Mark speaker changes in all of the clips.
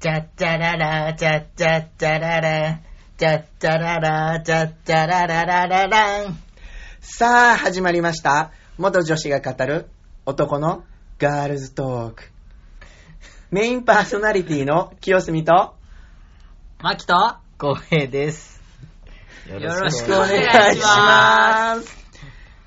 Speaker 1: チャッチャララ、チャッチャッチャララ、チャッチャララ、チャッチャラララララン。
Speaker 2: さあ、始まりました。元女子が語る男のガールズトーク。メインパーソナリティの清澄と、
Speaker 3: マキと、
Speaker 1: 公平です。
Speaker 3: よ
Speaker 2: よろ
Speaker 3: ろ
Speaker 2: し
Speaker 3: し
Speaker 2: く
Speaker 3: く
Speaker 2: お
Speaker 3: お
Speaker 2: 願
Speaker 3: 願
Speaker 2: い
Speaker 3: い
Speaker 2: し
Speaker 3: し
Speaker 2: ま。
Speaker 3: ます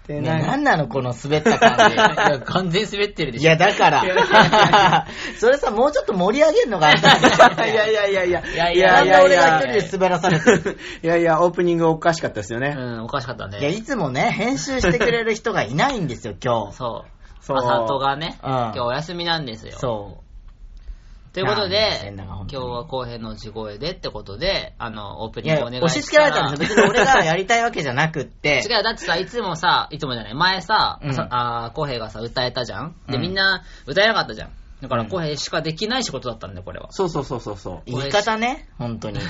Speaker 2: って
Speaker 1: ね、
Speaker 2: な
Speaker 1: なんなのこの滑った感じ。
Speaker 3: いや、完全に滑ってるで
Speaker 1: い
Speaker 3: しょ。
Speaker 1: や、だから。それさ、もうちょっと盛り上げるのがあったんだ
Speaker 2: いやいやいやいや。
Speaker 3: いやい
Speaker 1: なん
Speaker 3: やい
Speaker 1: で
Speaker 3: やい
Speaker 1: 俺が
Speaker 3: や
Speaker 1: 一人で滑らされてる。
Speaker 2: いやいや、オープニングおかしかったですよね。
Speaker 3: うん、おかしかった
Speaker 1: いや、
Speaker 3: ね。
Speaker 1: いつもね、編集してくれる人がいないんですよ、今日。
Speaker 3: そう。
Speaker 2: そう
Speaker 3: まさとがね、
Speaker 1: うん
Speaker 3: 今日お休みなんですよ。
Speaker 1: そ
Speaker 3: ということ
Speaker 1: なんで
Speaker 3: で、
Speaker 1: 変なのが
Speaker 3: 今
Speaker 1: 本当
Speaker 3: 日
Speaker 1: に
Speaker 3: は後編の地声でってことで、あの、オープ
Speaker 1: う。い
Speaker 3: ニン
Speaker 1: や、
Speaker 3: グお願いしたら
Speaker 1: 押し付けられたんですよ。別に俺がやりたいわけじゃなくって。
Speaker 3: 違う、だってさ、いつもさ、いつもじゃない、前さ、
Speaker 1: うん
Speaker 3: さあー、浩平がさ、歌えたじゃんで、
Speaker 1: うん
Speaker 3: みんな、歌えなかったじゃん。だから、
Speaker 1: うん
Speaker 3: 浩平しかできない仕事だったんだよ、これは。
Speaker 2: そうそうそうそ うそう。
Speaker 1: 言い方ね、本当に。
Speaker 3: い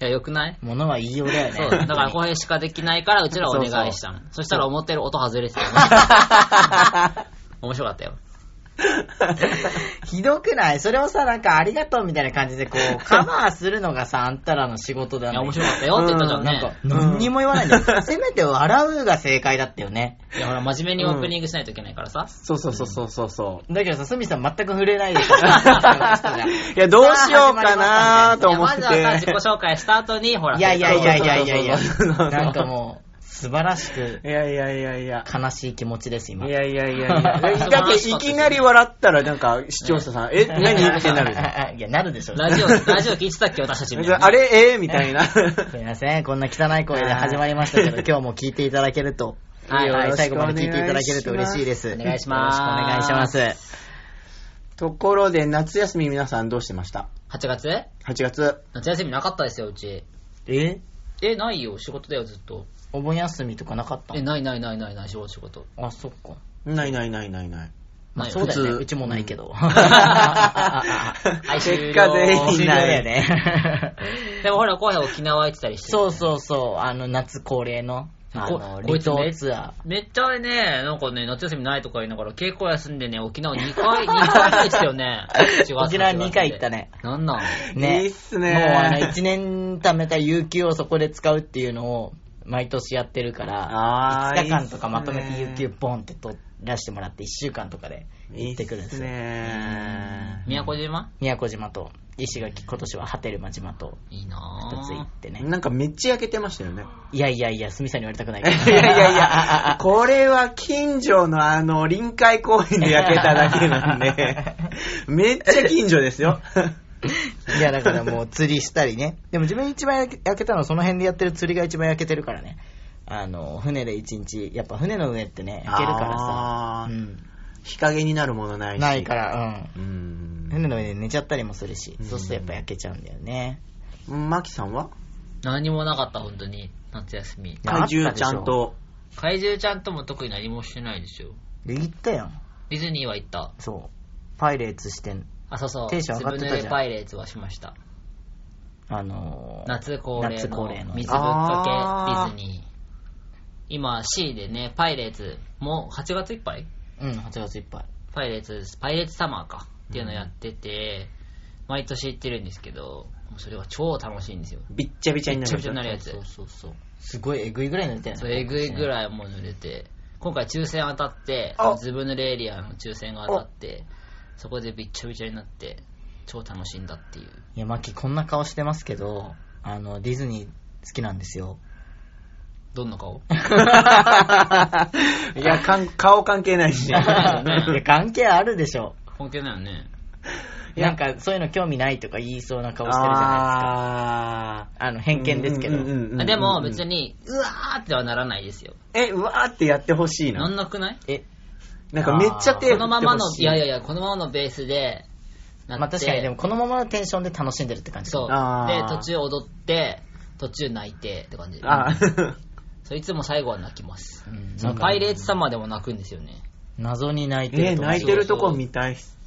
Speaker 3: や、よくない
Speaker 1: ものは言いようだよね。
Speaker 3: そう。だから、浩平しかできないから、うちらお願いしたの。そしたら、思ったより音外れてたよね。 面白かったよ。
Speaker 1: ひどくないそれをさ、なんかありがとうみたいな感じでこ う、カバーするのがさ、あんたらの仕事だ
Speaker 3: い
Speaker 1: ね。
Speaker 3: や、面白かったよって言ったじゃん
Speaker 2: うんなん
Speaker 3: ね
Speaker 2: か。
Speaker 1: 何にも言わないんだよ。せめて笑うが正解だったよね。
Speaker 3: いや、ほら、真面目にオープニングしないといけないからさ。
Speaker 2: そうそうそうそうそうそう。
Speaker 1: だけどさ、すみさん全く触れないでし ょ。い
Speaker 2: いや、どうしようかなーと
Speaker 3: いや
Speaker 2: 思っ
Speaker 3: ま
Speaker 2: て。
Speaker 3: ずはさ、自己紹介した後に、ほら、
Speaker 1: やいやいやいやいやいや
Speaker 2: そうそうそうそう
Speaker 1: なんかもう、素晴らしく
Speaker 2: いやいやいやいや。
Speaker 1: 悲しい気持ちです、今。
Speaker 2: いやいやいやいや。だっていきなり笑ったらなんか視聴者さん、え、何っ てなるじゃん。
Speaker 1: ゃん。いや、なるでしょ。
Speaker 3: ラジオ、ラジオ聞いてたっけ、私たちみたいな。
Speaker 2: あれえーみたいな。
Speaker 1: すみません、こんな汚い声で始まりましたけど、今日も聞いていただけると、
Speaker 3: はい
Speaker 1: は
Speaker 2: よ
Speaker 1: い、
Speaker 2: ろし
Speaker 1: 最
Speaker 2: く
Speaker 1: 後
Speaker 2: お
Speaker 1: ま
Speaker 2: 願
Speaker 1: で
Speaker 2: いし
Speaker 1: 聞
Speaker 2: ます
Speaker 1: いていただけると嬉しいです。
Speaker 3: お願いします
Speaker 1: よろしくお願いします。
Speaker 2: ところで、夏休み皆さんどうしてました
Speaker 3: 8月
Speaker 2: ?8 月。
Speaker 3: 夏休みなかったですよ、うち。
Speaker 1: え
Speaker 3: え、ないよ、仕事だよ、ずっと。
Speaker 1: お盆休みとかなかった
Speaker 3: え、ないないないないない、仕事仕事。
Speaker 1: あ、そっか。
Speaker 2: ないないないないない。
Speaker 1: まあ
Speaker 3: ない
Speaker 1: そうだよね。
Speaker 2: 普通
Speaker 1: うちもないけど。
Speaker 3: はい
Speaker 2: 結果全員
Speaker 1: 終了
Speaker 2: な
Speaker 1: だよ
Speaker 2: い。
Speaker 1: ね。
Speaker 3: でもほら、後輩沖縄行ってたりして。
Speaker 1: そうそうそう、あの、夏恒例の、あの、
Speaker 3: ここ
Speaker 1: 離
Speaker 3: いつね
Speaker 1: 島ツア
Speaker 3: めっちゃね、なんかね、夏休みないとか言いながら、稽古休んでね、沖縄2回、2回行ってきた よね。
Speaker 1: ー。沖縄2回行った
Speaker 3: ね。
Speaker 1: ね。
Speaker 3: なんなん
Speaker 1: ね。
Speaker 2: いいっすね
Speaker 1: もうあの、1年貯めた有給をそこで使うっていうのを、毎年やってるから、
Speaker 2: あー
Speaker 1: 5日間とかまとめて有給
Speaker 2: い
Speaker 1: ボンって取らしてもらって、1週間とかで行
Speaker 2: い
Speaker 1: っ
Speaker 2: ってて
Speaker 1: く
Speaker 2: く
Speaker 1: る
Speaker 2: る
Speaker 1: んで
Speaker 2: んですす
Speaker 1: よ。
Speaker 2: ね。
Speaker 3: 宮古島
Speaker 1: 宮古島と、石垣、今年は波照間島と、
Speaker 3: いいな
Speaker 1: 2つ行っ
Speaker 3: ぁ。
Speaker 1: てね。
Speaker 2: なんかめっちゃ焼けてましたよね。
Speaker 1: いやいやいや、すみさんに言われたくない
Speaker 2: い
Speaker 1: か
Speaker 2: や
Speaker 1: ら。
Speaker 2: いやい や、これは近所のあの、臨海公園で焼けただけなんで、めっちゃ近所ですよ。
Speaker 1: いや、だからもう釣りしたりね。でも自分一番焼けたのはその辺でやってる釣りが一番焼けてるからね。あの、船で一日、やっぱ船の上ってね、焼けるからさ
Speaker 2: あ。ー
Speaker 1: うん
Speaker 2: 日陰になるものないし。
Speaker 1: ないか。ら、
Speaker 2: う
Speaker 1: うん。船
Speaker 2: ん。
Speaker 1: の上で寝ちゃったりもするし、
Speaker 2: うん
Speaker 1: そうするとやっぱ焼けちゃうんだよね。
Speaker 2: マキさんは
Speaker 3: 何もなかった、本当に。夏休み。
Speaker 1: やあ
Speaker 2: 怪
Speaker 1: ったでしょ
Speaker 2: 獣ちゃんと。
Speaker 3: 怪獣ちゃんとも特に何もしてないですよ。
Speaker 1: で、行ったやん。
Speaker 3: ディズニーは行った。
Speaker 1: そう。パイレーツして、
Speaker 3: あ、そうそう。
Speaker 1: テンション上がってたじゃん
Speaker 3: ずぶ濡れパイレーツはしました。
Speaker 1: あのー、
Speaker 3: 夏恒例
Speaker 1: 夏恒
Speaker 3: の
Speaker 1: 例の
Speaker 3: 水ぶっかけディズニー。今 C でね、パイレーツ、もう8月いっぱい
Speaker 1: うん、8月いっぱい。
Speaker 3: パイレーツ、パイレーツサマーかっていうのやってて、毎年行ってるんですけど、もうそれは超楽しいんですよ。
Speaker 2: びっちゃびちゃに
Speaker 3: め
Speaker 2: な
Speaker 3: ちゃ
Speaker 2: る
Speaker 3: めちゃなるやつ
Speaker 1: そ。うそうそう。すごいえぐいぐらい寝てる
Speaker 3: そう、えぐいぐ
Speaker 1: い。
Speaker 3: らいもう濡れて、今回抽選当たって
Speaker 2: あ、
Speaker 3: ずぶ濡れエリアの抽選が当たって、そこでびっちゃびちゃになって、超楽しんだっていう。
Speaker 1: いや、マキこんな顔してますけど、あの、ディズニー好きなんです よ。
Speaker 3: どんな顔
Speaker 2: いや、かん顔関 係ないし。
Speaker 1: いや、関係あるでしょ。
Speaker 3: 本気だよね。
Speaker 2: いや
Speaker 1: なんか、そういうの興味ないとか言いそうな顔してるじゃない
Speaker 2: あ
Speaker 1: ですか。あの、
Speaker 2: ー
Speaker 1: 偏見ですけど。
Speaker 2: うんうんうんうんうん
Speaker 3: あでも別に、うわーってはならないですよ。
Speaker 2: え、うわーってやってほしい
Speaker 3: な
Speaker 2: な。
Speaker 3: んなくない
Speaker 1: え、
Speaker 2: なんかめっちゃ手振ってほしい。
Speaker 3: このままの、いやいやいや、このままのベースで、なって
Speaker 1: まあ確かに、でも、このままのテンションで楽しんでるって感じ。
Speaker 3: そう。で
Speaker 2: あ、ー
Speaker 3: 途中踊って、途中泣いてって感じ。
Speaker 2: あー
Speaker 3: そういつも最後は泣きます。
Speaker 1: うん
Speaker 3: そのパイレーツ様でも泣くんですよね。
Speaker 1: 謎に泣いて
Speaker 2: ね、
Speaker 1: ると思う
Speaker 2: 泣いてるとこ見たいっす。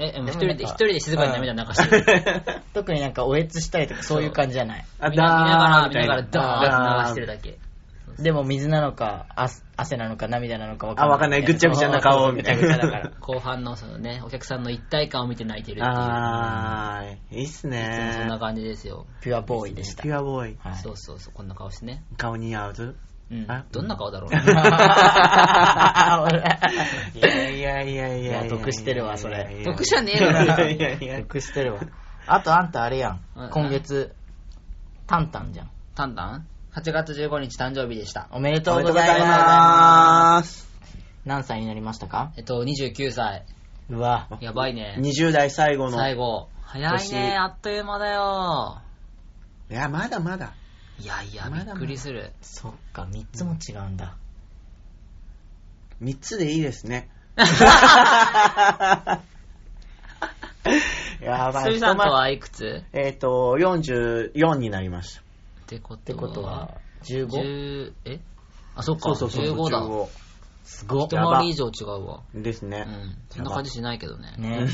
Speaker 3: え、でも
Speaker 1: で
Speaker 3: 一
Speaker 1: も
Speaker 3: 人
Speaker 1: なんか
Speaker 3: で、一人で静かに涙流してる。
Speaker 2: あ、
Speaker 1: 特になんか、おえつしたりとか、そういう感じじゃない。
Speaker 3: 見な見なが
Speaker 2: み
Speaker 3: ら、見
Speaker 2: た
Speaker 3: ないがら、ダーッと流してる
Speaker 2: だ
Speaker 3: だけ。そう
Speaker 1: でも水なのか、汗汗なのか涙なのか分か
Speaker 2: あ、
Speaker 1: んない。
Speaker 2: わかんない。ぐっちゃぐちゃな顔を、みたい
Speaker 1: ぐっ
Speaker 2: な。
Speaker 1: ちゃぐちゃだから。
Speaker 3: 後半のそのね、お客さんの一体感を見て泣いてるっていう。
Speaker 2: あー、いいっす
Speaker 3: いつもそんな
Speaker 2: ね。
Speaker 3: 感じですよ。
Speaker 1: ピュアボーイでした。
Speaker 2: ピュアボーイ。
Speaker 1: はい
Speaker 3: そうそうそう、こんな顔してね。
Speaker 2: 顔似合うぞ。
Speaker 3: うん
Speaker 2: あ。
Speaker 3: どんな顔だろう ね。
Speaker 2: いやいやいやい
Speaker 1: い
Speaker 2: や
Speaker 1: や得してるわそれ
Speaker 3: 得じゃねえ
Speaker 2: い
Speaker 3: よ
Speaker 2: やいやいや。
Speaker 1: 得してるわ。あとあんたあれやん
Speaker 3: うん。
Speaker 1: 今月、タンタンじゃん。
Speaker 3: タンタン ?8 月15日誕生日でした。
Speaker 1: おめで
Speaker 2: お
Speaker 1: と
Speaker 2: め
Speaker 1: う
Speaker 2: でと
Speaker 1: ご
Speaker 2: う
Speaker 1: ざ
Speaker 2: ござ
Speaker 1: い
Speaker 2: い
Speaker 1: ま
Speaker 2: ます。
Speaker 1: す。何歳になりましたか
Speaker 3: えっと、29歳。
Speaker 1: うわ。
Speaker 3: やばいね。
Speaker 2: 20代最後の。
Speaker 3: 最
Speaker 2: い
Speaker 3: 後。早い
Speaker 2: 年
Speaker 3: ね。あっという間だよ。
Speaker 2: や、まだまだ。
Speaker 3: いやいや、
Speaker 2: ま
Speaker 3: び
Speaker 2: だま
Speaker 3: っ
Speaker 2: だ
Speaker 3: くりする。
Speaker 1: そっか、3つも違うんだ。
Speaker 2: 3つでいいですね。やば
Speaker 3: す
Speaker 2: い。
Speaker 3: みさんと
Speaker 2: ひとま
Speaker 3: はいくつ
Speaker 2: えっ、と、44になりました。
Speaker 3: ってこ
Speaker 1: って
Speaker 3: と
Speaker 1: ことは、、15?
Speaker 3: 10えあ、そっか、
Speaker 2: そうそうそう。
Speaker 3: 15だ。
Speaker 1: すごっ
Speaker 3: 一。回り以上違うわ。
Speaker 2: 15です
Speaker 3: う
Speaker 2: ね。
Speaker 3: ん。そんな感じしないけどね。
Speaker 1: ね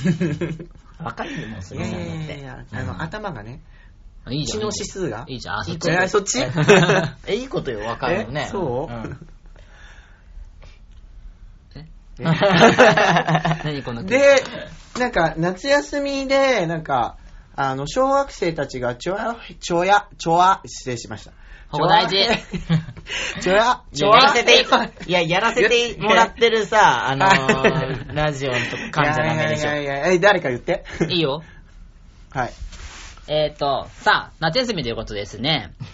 Speaker 1: 若いよ、もう す
Speaker 2: い
Speaker 1: ぐ
Speaker 2: や
Speaker 1: ないんだっ
Speaker 2: やいやい
Speaker 1: て。
Speaker 2: や、あ
Speaker 3: うん
Speaker 2: の、頭がね、
Speaker 3: あいいじ
Speaker 2: 知
Speaker 3: ゃん。
Speaker 2: 能指数が。
Speaker 3: いいじゃん。あ、そっち。
Speaker 2: えそっち
Speaker 1: え、いいことよ、若いのね
Speaker 2: え。そう
Speaker 1: うん
Speaker 3: 何この
Speaker 2: で、なんか、夏休みで、なんか、あの、小学生たちが、ちょや、ちょや、ちょわ、失礼しました。
Speaker 3: ここ 大事。
Speaker 2: ちょや、
Speaker 1: い
Speaker 2: ちょ
Speaker 1: や
Speaker 2: わ
Speaker 1: やらせてい、 いや、やらせてもらってるさ、あのー、ラジオのとこ噛んじゃダメでし
Speaker 2: いやい
Speaker 1: ょ。
Speaker 2: やいや、え、誰か言って。
Speaker 3: いいよ。
Speaker 2: はい。
Speaker 3: えっと、さあ、夏休みということですね。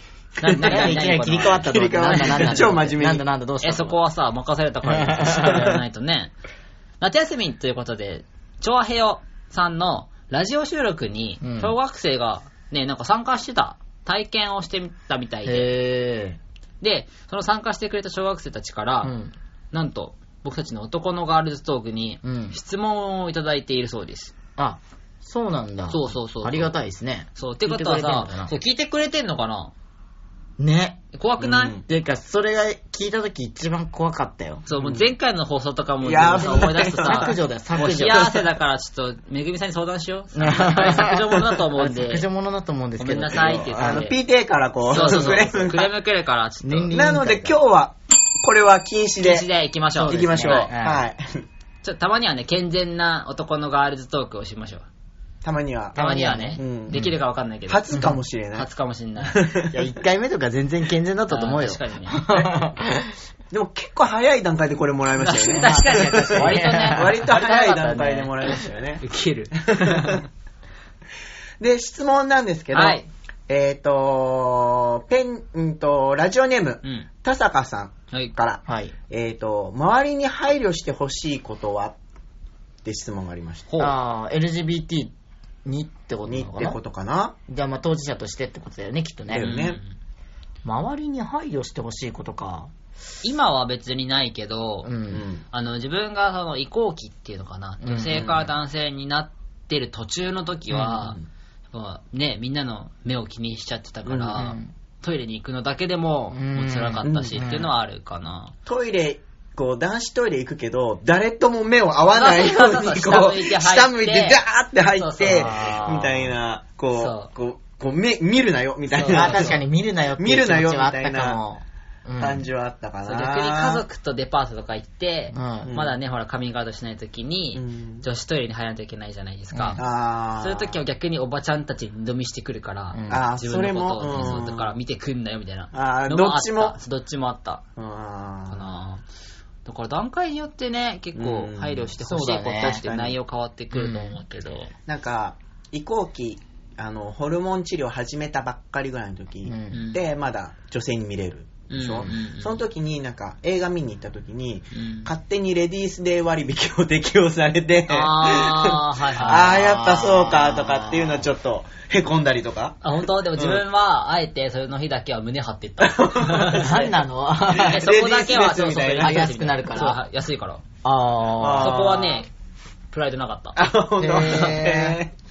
Speaker 3: な
Speaker 1: なんかいきなり切り替わったと思って。
Speaker 2: 切り替わ
Speaker 1: な
Speaker 2: っ
Speaker 1: ん
Speaker 2: た
Speaker 1: だ なんだ。
Speaker 2: 超真面目に
Speaker 1: なんだなんだ、どうした
Speaker 3: え、
Speaker 1: の
Speaker 3: そこはさ、任されたから、しっかりやらないとね。 夏休みということで、調和平和さんのラジオ収録に
Speaker 1: う、ん
Speaker 3: 小学生がね、なんか参加してた体験をしてみたみたいで、
Speaker 1: へ
Speaker 3: で、その参加してくれた小学生たちか
Speaker 1: ぇ
Speaker 3: ら、
Speaker 1: うん。
Speaker 3: なんと、僕たちの男のガールズトークに
Speaker 1: うん、
Speaker 3: 質問をいただいているそうです。
Speaker 1: あ、そうなんだ。
Speaker 3: そうそうそう
Speaker 1: ありがたいですね。
Speaker 3: そう、ってことは
Speaker 1: 聞いてくれてんのか
Speaker 3: さ、
Speaker 1: な
Speaker 3: そう聞いてくれてんのかな
Speaker 1: ね。
Speaker 3: 怖くない、
Speaker 2: うん
Speaker 1: ていうか、それが聞いた時一番怖かったよ。
Speaker 3: そう、もう前回の放送とかも
Speaker 2: いや
Speaker 3: 自分で思い出してさ、
Speaker 1: 削除だよ、削
Speaker 3: 冷
Speaker 1: 除。
Speaker 3: や汗だからちょっと、めぐみさんに相談しよ う。削除ものだと思うんで。
Speaker 1: 削除ものだと思うんですけど。
Speaker 3: ごめんなさいって言って
Speaker 2: あの、PTA からこう、
Speaker 3: そうそうそう。
Speaker 2: クレーム
Speaker 3: クレームくるから、ちょっ
Speaker 1: 倫
Speaker 3: と、
Speaker 1: 理委員会
Speaker 2: なので今日は、これは禁止で、
Speaker 3: 禁止で行きましょう。
Speaker 2: 行きましょう。
Speaker 3: はい
Speaker 2: はい。
Speaker 3: ちょっとたまにはね、健全な男のガールズトークをしましょう。
Speaker 2: たまには、
Speaker 3: たまにはね
Speaker 2: う、ん
Speaker 3: できるかわかんないけど。
Speaker 2: 初かもしれない
Speaker 3: 初。かもしん ない。
Speaker 1: いや、1回目とか全然健全だったと思うよ。
Speaker 3: あー確かにね
Speaker 2: でも結構早い段階でこれもらいましたよね。
Speaker 3: 確かに確かに割とね
Speaker 2: 割と早い段階でもらいましたよね
Speaker 3: ウ。ケる。
Speaker 2: で、質問なんですけど、
Speaker 3: はい。
Speaker 2: えっ、と、ペン、うんと、ラジオネーム
Speaker 3: う、ん。
Speaker 2: 田坂さ
Speaker 3: はい
Speaker 2: ん。から、
Speaker 1: はい。
Speaker 2: えっ、と、周りに配慮してほしいことはって質問がありました。
Speaker 3: ほう。
Speaker 1: ああ、LGBT にってことな
Speaker 2: に
Speaker 1: の
Speaker 2: っ
Speaker 1: か
Speaker 2: て
Speaker 1: な
Speaker 2: ことかな
Speaker 1: じゃあ、まあ、当事者としてってことだよね、きっとね。
Speaker 2: だよね
Speaker 3: うん
Speaker 1: 周りに配慮してほしいことか。
Speaker 3: 今は別にないけど、
Speaker 1: う。
Speaker 2: うんん。
Speaker 3: あの、自分がその移行期っていうのかな、
Speaker 1: うんうん
Speaker 3: 女性から男性になってる途中の時は、やっぱね、みんなの目を気にしちゃってたから、
Speaker 1: う
Speaker 2: あ
Speaker 1: ん
Speaker 3: トイレに行くのだけでも、
Speaker 1: うん
Speaker 3: もう辛かったし、
Speaker 1: うん
Speaker 3: っていうのはあるかな。
Speaker 2: トイレ、こう、男子トイレ行くけど、誰とも目を合わないよう
Speaker 3: そうそう
Speaker 2: に、
Speaker 3: そ
Speaker 2: こ
Speaker 3: う
Speaker 2: う、
Speaker 3: 下
Speaker 2: 下
Speaker 3: 向
Speaker 2: 向
Speaker 3: い
Speaker 2: い
Speaker 3: て
Speaker 2: て、ダーって入
Speaker 3: そう
Speaker 2: っ
Speaker 3: そう
Speaker 2: て
Speaker 1: あ、ー
Speaker 2: みたいな、
Speaker 3: そ
Speaker 2: こう、こう、こう、目、見るなよ、みたい
Speaker 3: そう
Speaker 2: な。
Speaker 1: あ、確かに見るなよって
Speaker 2: 見
Speaker 1: いう
Speaker 2: る
Speaker 1: 気
Speaker 2: なよ
Speaker 1: 持ちはあったかも。うん
Speaker 2: 感じはあったかな。
Speaker 3: そう逆に家族とデパートとか行って、
Speaker 1: うん
Speaker 3: まだね、ほら、カミングアウトしない時に、
Speaker 2: うん
Speaker 3: 女子トイレに入らないといけないじゃないですか。
Speaker 2: あー
Speaker 3: そういう時は逆におばちゃんたちに飲みしてくるから、
Speaker 1: うん
Speaker 2: あー
Speaker 3: 自分のことを
Speaker 2: それも
Speaker 3: ね、そううんだから見てくんなよみたいな。
Speaker 2: あー
Speaker 3: のあ
Speaker 2: どっちも
Speaker 3: たどっちもあった。か
Speaker 2: あ
Speaker 3: なだから段階によってね、結構
Speaker 2: うん
Speaker 3: 配慮してほしい
Speaker 1: そうだ
Speaker 3: こと
Speaker 1: ね
Speaker 3: って内容変わってくると思うけど。
Speaker 2: ーなんか、移行期、あの、ホルモン治療始めたばっかりぐらいの時
Speaker 1: うん
Speaker 2: で、まだ女性に見れるでしょ、
Speaker 3: うんうんうん
Speaker 2: その時になんか映画見に行った時に、
Speaker 3: うん
Speaker 2: 勝手にレディースデー割引を適用されて、
Speaker 3: あーはいはい
Speaker 2: あーやっぱそうかとかっていうのはちょっと凹んだりとか。
Speaker 3: あ、本当でも自分は、あえて、その日だけは胸張っていった。
Speaker 1: 何な の
Speaker 3: えそこだけ
Speaker 2: レディ
Speaker 3: は、
Speaker 2: ースですみたいな
Speaker 3: そうそう
Speaker 1: 安くなるから
Speaker 3: そう安いから。そ
Speaker 1: あ
Speaker 2: あー
Speaker 3: こはね、プライドなかった。
Speaker 2: あ、ほんと
Speaker 1: へ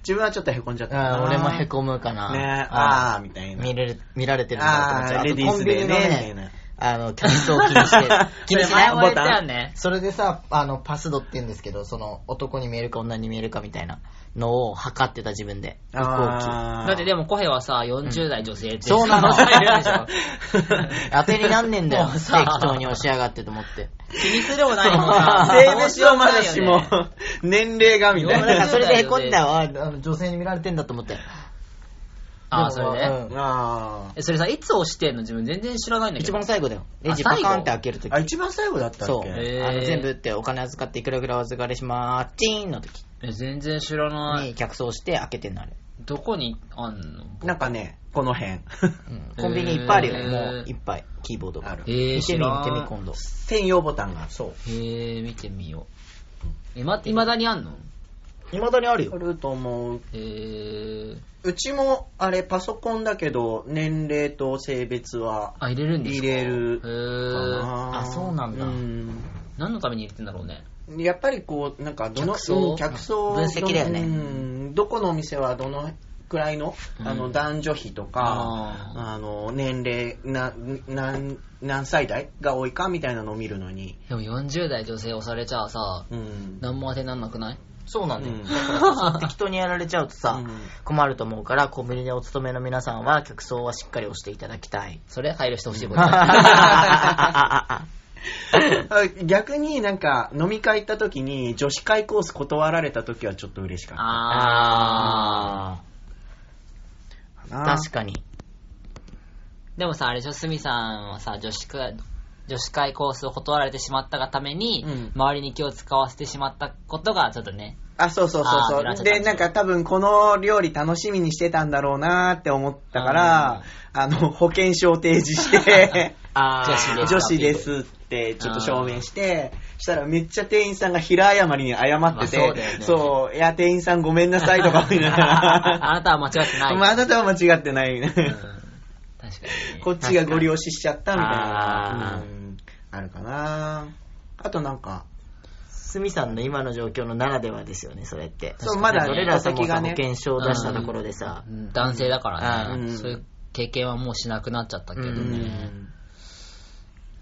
Speaker 2: 自分はちょっと凹んじゃったか
Speaker 1: あ。
Speaker 2: な。
Speaker 1: 俺もへこむかな。
Speaker 2: ね
Speaker 1: あ
Speaker 2: あーみたい
Speaker 1: ー
Speaker 2: な。
Speaker 1: 見れる、見られてるんだと思っ
Speaker 2: あ
Speaker 1: ちゃう
Speaker 2: ー
Speaker 1: あ
Speaker 2: レ
Speaker 1: と
Speaker 2: ディー
Speaker 1: コ
Speaker 2: ス
Speaker 1: ンビ
Speaker 2: デー
Speaker 1: ニの
Speaker 2: ね、みたい
Speaker 1: ね、
Speaker 2: な。
Speaker 1: あの、体操を気にして、 気にしない
Speaker 3: それ前も言
Speaker 1: ボ
Speaker 3: った
Speaker 1: タ
Speaker 3: よ
Speaker 1: ン。
Speaker 3: ね
Speaker 1: それでさ、あの、パスドって言うんですけど、その、男に見えるか女に見えるかみたいなのを測ってた自分で。飛行
Speaker 2: あー
Speaker 3: だって でもコヘはさ、40代女性って、
Speaker 1: そうなの
Speaker 3: そいるでしょ
Speaker 1: 機。当てになんねんだよ、
Speaker 3: もう
Speaker 1: 適
Speaker 3: さ
Speaker 1: 当に押し上がってと思って。
Speaker 3: 気にするもないもん さ。
Speaker 2: 性別はまだしも
Speaker 3: どうようもないよね、
Speaker 2: 年齢がみた
Speaker 1: だ
Speaker 2: い
Speaker 1: か
Speaker 2: な。
Speaker 1: らそ れで凹んだわ、あの女性に見られてんだと思って。
Speaker 3: あー、それで、
Speaker 1: うん
Speaker 2: あー
Speaker 3: えそれさ、いつ押してんの自分全然知らないんだけど。
Speaker 1: 一番最後だよ。レジパ
Speaker 3: あ最後
Speaker 1: カンって開けるとき
Speaker 2: あ、。一番最後だったっけ
Speaker 1: そう。
Speaker 3: へー
Speaker 1: あの全部売ってお金預かっていくらぐらいお預かりしまーす。チーンのとき
Speaker 3: え全然知らない。
Speaker 1: に客層して開けてんのあれ。
Speaker 3: どこにあんの
Speaker 2: なんかね、この辺。
Speaker 1: うんコンビニいっぱいあるよ
Speaker 3: へ
Speaker 1: ね。
Speaker 3: ー
Speaker 1: もういっぱい。キーボードが。
Speaker 2: ある
Speaker 3: えー、
Speaker 1: 見て
Speaker 3: 知
Speaker 1: み、
Speaker 3: ら
Speaker 1: 見てみ、
Speaker 3: ん。
Speaker 1: 今度。
Speaker 2: 専用ボタンが。そう。
Speaker 3: えー、見てみよう。いま、いまだにあんの
Speaker 1: いまだにある
Speaker 2: あ。ると思う。
Speaker 3: えー、
Speaker 2: うちも、あれ、パソコンだけど、年齢と性別は
Speaker 3: あ、入れるんです
Speaker 2: 入
Speaker 3: か
Speaker 2: れる
Speaker 3: え
Speaker 2: か
Speaker 3: ー、
Speaker 2: な。
Speaker 1: あそうなんだ
Speaker 2: うん
Speaker 3: 何のために入れてんだろうね。
Speaker 2: やっぱりこう、なんか、どの、
Speaker 3: 客層
Speaker 2: うん客層
Speaker 1: 分析だよね
Speaker 2: うんどこのお店はどのくらいの、
Speaker 3: うん
Speaker 2: あの、男女比とか、
Speaker 3: あー
Speaker 2: あの、年齢、な、何、何歳代が多いかみたいなのを見るのに、
Speaker 3: でも40代女性押されちゃうさ、
Speaker 2: うん。
Speaker 3: 何も当てなんなくない
Speaker 1: そうなんだよ
Speaker 2: うん。
Speaker 1: だから適当にやられちゃうとさ
Speaker 2: うん、
Speaker 1: 困ると思うから、コンビニでお勤めの皆さんは客層はしっかり押していただきたい。
Speaker 3: それ入るしてほしいこと。
Speaker 2: あ 逆になんか、飲み会行った時に、女子会コース断られた時はちょっと嬉しかっ
Speaker 3: あ
Speaker 2: たか
Speaker 1: ー
Speaker 2: な。
Speaker 1: 確かに。
Speaker 3: ー。でもさ、あれでしょ、すみさんはさ、女子会、女子会コースを断られてしまったがために、
Speaker 2: うん
Speaker 3: 周りに気を使わせてしまったことが、ちょっとね、
Speaker 2: あ、そうそうそう
Speaker 3: あー村
Speaker 2: そう。
Speaker 3: 瀬さ
Speaker 2: で、
Speaker 3: ん
Speaker 2: なんか多分この料理楽しみにしてたんだろうなーって思ったから、あの、保険証を提示して、
Speaker 1: あ
Speaker 3: 女子で
Speaker 2: 女子ですってちょっと証明して、したらめっちゃ店員さんが平謝りに謝ってて、
Speaker 3: まあそうだよね
Speaker 2: そういや、店員さんごめんなさいとか言いながら、
Speaker 3: あなたは間違って な い。
Speaker 2: まああなたは間違ってない。
Speaker 3: うん確かに、ね。
Speaker 2: こっちがご利用ししちゃったみたい
Speaker 1: あ
Speaker 2: な
Speaker 1: ー、
Speaker 2: うんあるかなあとなんか、
Speaker 1: すみさんの今の状況のならではですよね、それって。
Speaker 2: そう、まだ
Speaker 1: 俺
Speaker 2: ね、
Speaker 1: ら
Speaker 2: お
Speaker 1: さも
Speaker 2: 先
Speaker 1: さ
Speaker 2: が
Speaker 1: 保
Speaker 2: ね、
Speaker 1: 険証を出したところでさ、
Speaker 3: うん男性だからね、
Speaker 2: うん
Speaker 3: そういう経験はもうしなくなっちゃったけど
Speaker 2: う
Speaker 3: ね。
Speaker 2: ん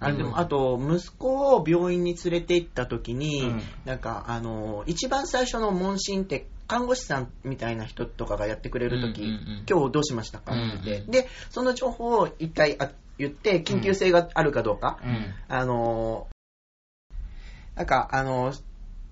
Speaker 2: あでもあと息子を病院に連れて行った時に、
Speaker 1: うん
Speaker 2: なんかあの一番最初の問診って看護師さんみたいな人とかがやってくれる時、
Speaker 3: うんうんうん
Speaker 2: 今日どうしましたかって言って、
Speaker 3: うんうん
Speaker 2: でその情報を一回あ言って緊急性があるかどうか、
Speaker 1: うん
Speaker 2: あのなんかあの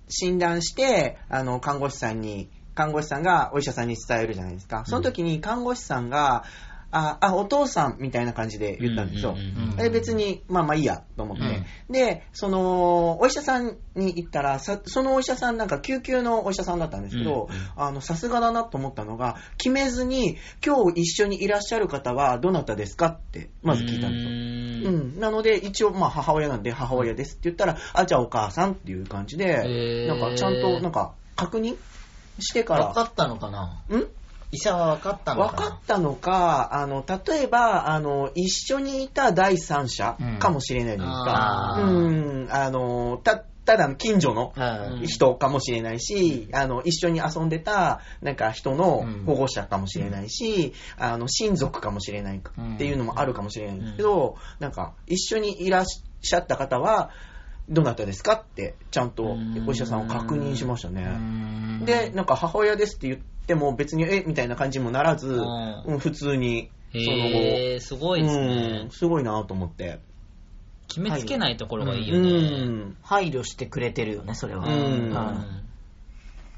Speaker 2: 診断してあの看護師さんに看護師さんがお医者さんに伝えるじゃないですかその時に看護師さんが「ああお父さん」みたいな感じで言ったんですよ、
Speaker 3: うう
Speaker 1: うん
Speaker 2: で別に、まあまあいいやと思って、
Speaker 3: う
Speaker 2: で、その、お医者さんに行ったら、さそのお医者さんなんか救急のお医者さんだったんですけど、あの、さすがだなと思ったのが、決めずに、今日一緒にいらっしゃる方はどなたですかって、まず聞いたんですよ。う、
Speaker 3: うん
Speaker 2: なので、一応、まあ、母親なんで、母親ですって言ったら、あ、じゃあお母さんっていう感じで、
Speaker 3: へー
Speaker 2: なんか、ちゃんと、なんか、確認してか、
Speaker 1: 分からったのかなん医者は分かったの
Speaker 2: 分
Speaker 1: かな
Speaker 2: かったのか、あの、例えば、あの、一緒にいた第三者
Speaker 1: うん
Speaker 2: かもしれないじゃな
Speaker 3: あ
Speaker 2: いですか。
Speaker 3: ー
Speaker 2: うん、あの、た、ただの近所の
Speaker 1: うん
Speaker 2: 人かもしれないし、あの、一緒に遊んでた、なんか人の
Speaker 1: うん
Speaker 2: 保護者かもしれないし、あの、親族かもしれないか
Speaker 1: うん
Speaker 2: っていうのもあるかもしれないんですけど、なんか、一緒にいらっしゃった方は、どなたですかって、ちゃんとお医者さんを確認しましたね。
Speaker 1: うん
Speaker 2: で、なんか母親ですって言っても別に、えみたいな感じもならず、
Speaker 3: うん
Speaker 2: うん普通に、その後、
Speaker 3: へー、すごいですね、
Speaker 2: うんすごいなと思って。
Speaker 3: 決めつけないところがいいうよね。
Speaker 2: ん。
Speaker 1: 配慮してくれてるよねそれは
Speaker 2: うん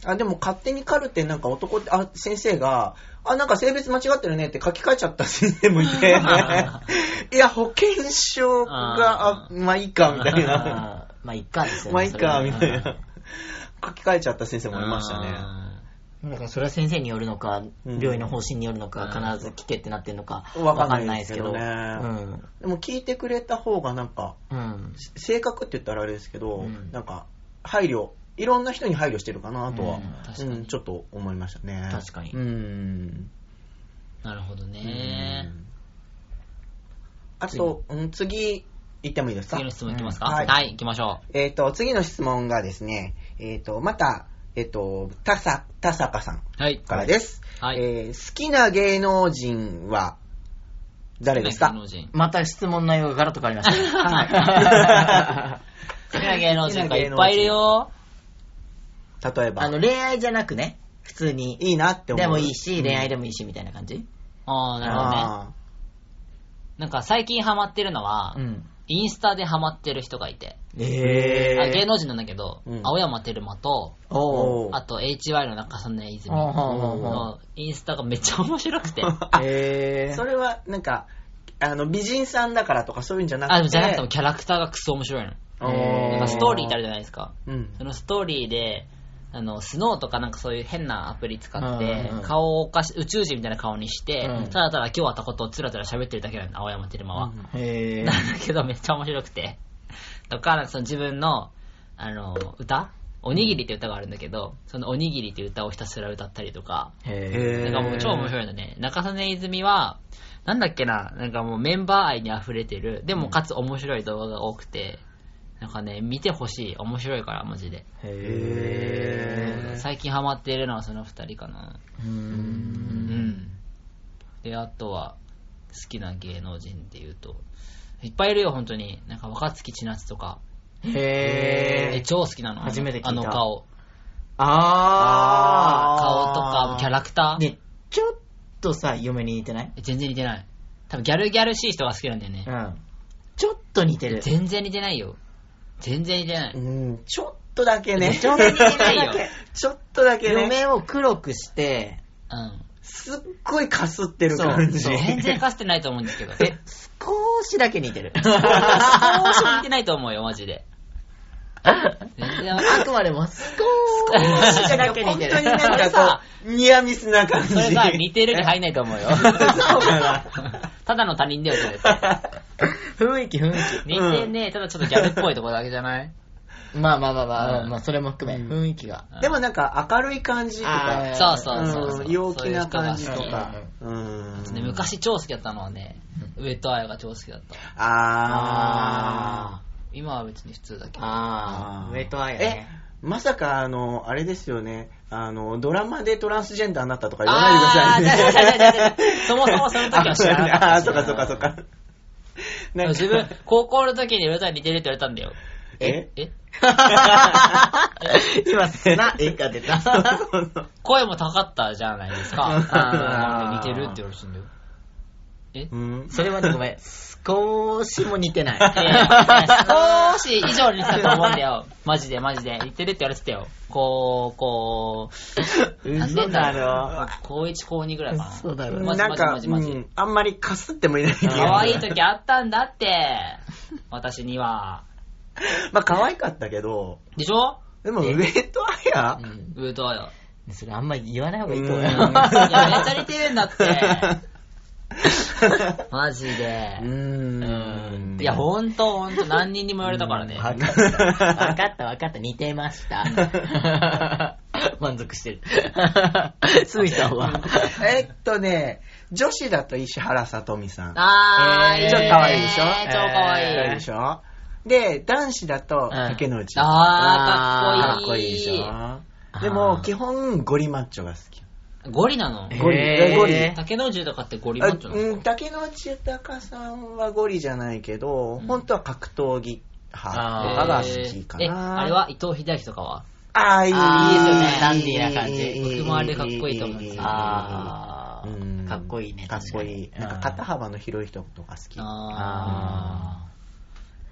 Speaker 2: あ、でも勝手にカルテなんか男って、あ、先生が、あ、なんか性別間違ってるねって書き換えちゃった先生も いて、いや、保険証が、あ
Speaker 3: あ、
Speaker 2: まあいいか、みたい
Speaker 1: あ
Speaker 2: な。
Speaker 1: ーまあいっかですよね
Speaker 2: まあいいか、
Speaker 1: それ
Speaker 2: み
Speaker 1: は
Speaker 2: たいな。書き換えちゃった先生もいましたね。
Speaker 3: あ
Speaker 1: うんだからそれは先生によるのか
Speaker 2: うん
Speaker 1: 病院の方針によるのか
Speaker 3: うん
Speaker 1: 必ず聞けってなってるのか
Speaker 2: わ
Speaker 1: 分
Speaker 2: か
Speaker 1: か
Speaker 2: ん
Speaker 1: ん
Speaker 2: な
Speaker 1: ないいですす
Speaker 2: でけ
Speaker 1: け
Speaker 2: ど
Speaker 1: ど
Speaker 2: ね
Speaker 1: うん
Speaker 2: でも聞いてくれた方がなんか、
Speaker 1: うん
Speaker 2: 正確って言ったらあれですけど、
Speaker 1: うん
Speaker 2: なんか配慮いろんな人に配慮してるかなとは、
Speaker 1: うん
Speaker 3: 確
Speaker 2: う
Speaker 3: か
Speaker 2: ん
Speaker 3: に
Speaker 2: ちょっと思いましたね
Speaker 1: 確かに
Speaker 2: うん
Speaker 3: ーなるほどね
Speaker 2: う。んあと、うん、次行ってもいいですか
Speaker 3: 次の質問いきますか、
Speaker 2: うんは
Speaker 3: はいい、行きましょ
Speaker 2: えっ、と次の質問がですねえっ、とまたえっ、とたさたさかさん
Speaker 3: う。はい。
Speaker 2: からです、
Speaker 3: はい
Speaker 2: えー好きな芸能人は誰ですか
Speaker 3: 好きな芸能人。
Speaker 1: また質問内容がガラッと変わりましたね。
Speaker 3: 好きな芸能人がいっぱいいるよ。
Speaker 2: 例えば
Speaker 1: あの、恋愛じゃなくね、普通に。
Speaker 2: いいなって思う
Speaker 1: でもいいし、恋愛でもいいし、みたいな感じ
Speaker 3: ああ、なるほどね。
Speaker 2: あ
Speaker 3: なんか最近ハマってるのは、
Speaker 1: ん。
Speaker 3: インスタでハマってる人がいて、
Speaker 1: え
Speaker 3: あ芸能人なんだけど、
Speaker 2: うん
Speaker 3: 青山テルマと、
Speaker 1: ー。お
Speaker 2: お
Speaker 1: ー。
Speaker 3: あと HY の中曽根泉
Speaker 1: ほうほうほうほ
Speaker 3: のインスタがめっちゃ面 白くて、あ、
Speaker 2: あ
Speaker 1: え
Speaker 2: ーそれはなんかあの美人さんだからとかそういうんじゃなくて
Speaker 3: でもじゃなくてもキャラクターがクソ面白いの。
Speaker 2: お
Speaker 1: え
Speaker 3: な
Speaker 1: ー
Speaker 3: んかストーリーってあるじゃないですか。
Speaker 2: うん
Speaker 3: そのストーリーで、あの、スノーとかなんかそういう変なアプリ使っ
Speaker 1: うん
Speaker 3: て
Speaker 1: うんうん、
Speaker 3: 顔をおかし、宇宙人みたいな顔にして
Speaker 1: うん、
Speaker 3: ただただ今日あったことをつらつら喋ってるだけなんだ、青山テルマは。
Speaker 1: へ
Speaker 3: なんだけどめっちゃ面白くて。とか、なんかその自分の、あの、歌おにぎりって歌があるんだけど、そのおにぎりって歌をひたすら歌ったりとか、
Speaker 1: ー。
Speaker 2: へ
Speaker 1: へ
Speaker 2: ー
Speaker 3: なんかもう超面白いのね。中曽根泉は、なんだっけな、なんかもうメンバー愛に溢れてる、でもかつ面白い動画が多くて、なんかね、見てほしい。面白いから、マジで。
Speaker 1: ー。
Speaker 2: へ
Speaker 1: ー。
Speaker 3: 最近ハマっているのはその二人かな。
Speaker 1: うー。
Speaker 3: うんん。で、あとは、好きな芸能人っていうと、いっぱいいるよ、本当に。なんか若槻千夏とか。
Speaker 1: へ
Speaker 3: え、
Speaker 1: ー。
Speaker 3: 超好きなの。あの
Speaker 1: 初めて聞いた
Speaker 3: あの顔。
Speaker 1: あー。
Speaker 3: 顔とか、キャラクター。
Speaker 1: で、ちょっとさ、嫁に似てない
Speaker 3: 全然似てない。多分ギャルギャルしい人が好きなんだよね
Speaker 1: う。ん。ちょっと似てる。
Speaker 3: 全然似てないよ。全然似てない。
Speaker 2: うんちょっとだけね
Speaker 1: ちょっと似てない
Speaker 3: よ
Speaker 2: ちょっとだけね
Speaker 1: 嫁を黒くして、
Speaker 3: うん。
Speaker 2: すっごいかすってる感じ
Speaker 1: そうそう
Speaker 3: 全然かつてないと思うんですけ ど。
Speaker 1: え、少しだけ似てる。
Speaker 3: 少し似てないと思うよ、マジで。全然
Speaker 1: あくまでも少しだけ似てる。
Speaker 2: 本当になんかさ、ニアミスな感じ。
Speaker 3: それが似てるに入んないと思 うよ。 ただの他人だよ、それって。
Speaker 1: 雰囲気、雰囲
Speaker 3: 似てねえ、ただちょっとギャルっぽいところだけじゃない
Speaker 1: 気。まあまあまあまあ、
Speaker 3: うん
Speaker 1: まあそれも含め、
Speaker 2: うん
Speaker 1: 雰囲気が。
Speaker 2: でもなんか明るい感じと
Speaker 1: あ
Speaker 2: か
Speaker 1: ー、
Speaker 3: そうそうそうそうう。
Speaker 2: ん陽気な感じと
Speaker 3: そういう人が
Speaker 2: か。うん
Speaker 3: 好きね昔超好きだったのはね、上戸彩が超好きだった。
Speaker 2: あー。
Speaker 3: 今は別に普通だけど。
Speaker 1: あー、上とあや
Speaker 2: え
Speaker 1: ね。、
Speaker 2: まさかあの、あれですよね。あの、ドラマでトランスジェンダーになったとか言わ
Speaker 3: あ
Speaker 2: ない
Speaker 3: ー
Speaker 2: でくださいね。
Speaker 3: 違う違う違う違うそもそもその時は知らなかったし
Speaker 2: あ、そうかそうかそうか。なんか
Speaker 3: 自分、高校の時に上戸彩似てるって言われたんだよ。
Speaker 2: え
Speaker 3: え
Speaker 1: 今、砂、絵が出た。
Speaker 3: 声も高かったじゃないですか。
Speaker 1: あー
Speaker 3: 似てるって言われてんだよ。え
Speaker 2: うん
Speaker 1: それはね、ごめん。少しも似てない。
Speaker 3: いやいや少し以上にしたと思うんだ よ。マジでマジで。似てるって言われてたよ。こう、こう。何年だろう。高1、高2ぐらいかな。
Speaker 1: 嘘だろ
Speaker 3: マジ
Speaker 2: なん
Speaker 3: マジ
Speaker 2: か、
Speaker 3: マジ
Speaker 2: う
Speaker 3: マジ。
Speaker 2: んあんまりかすってもいないけど。
Speaker 3: 可愛い時あったんだ って。私には。
Speaker 2: まあ可愛かったけど、
Speaker 3: でしょ
Speaker 2: でも上とあや
Speaker 1: うん
Speaker 3: ウートよ。
Speaker 1: それあんま言わない方がいいと思う
Speaker 3: いや、めっち
Speaker 1: よ。
Speaker 3: ゃ似てるんだって。マジで
Speaker 2: う。ーん。
Speaker 3: いや、ほんとほんと、何人にも言われたからね。
Speaker 1: わかった。わかった、わかった。似てました。 満足して る。すぐ人は。
Speaker 2: えっとね、女子だと石原さとみさん。
Speaker 3: あ
Speaker 1: えー
Speaker 3: ー、いいね
Speaker 2: ちょっと可愛いでしょ
Speaker 3: 超可愛い。
Speaker 2: でしょで、男子だと竹野内。か
Speaker 3: あー、かっ
Speaker 2: っ
Speaker 3: こ
Speaker 2: こ
Speaker 3: い
Speaker 2: いい
Speaker 3: い。
Speaker 2: でしょ。で
Speaker 1: あ
Speaker 2: も、
Speaker 1: ー
Speaker 2: 基本ゴリマッチョが好き。
Speaker 3: ゴリなの
Speaker 1: え
Speaker 2: ゴリ
Speaker 1: へー
Speaker 2: ゴリ
Speaker 3: 竹野内とかってゴリマ
Speaker 2: あ
Speaker 3: ッチョなの
Speaker 2: うん竹野内豊さんはゴリじゃないけど、本当は格闘技派とかが好きか
Speaker 3: えー
Speaker 2: な。
Speaker 3: えあれは伊藤秀明とかは
Speaker 2: ああ、いい
Speaker 1: あーいいですよねダンディーな感じ
Speaker 3: 僕もあれでかっこいいと思うんですよ
Speaker 1: あ
Speaker 2: うん
Speaker 1: ー、かっこいいね。
Speaker 2: かっこいい。
Speaker 1: 確に
Speaker 2: なんか肩幅の広い人とか好き。
Speaker 3: あ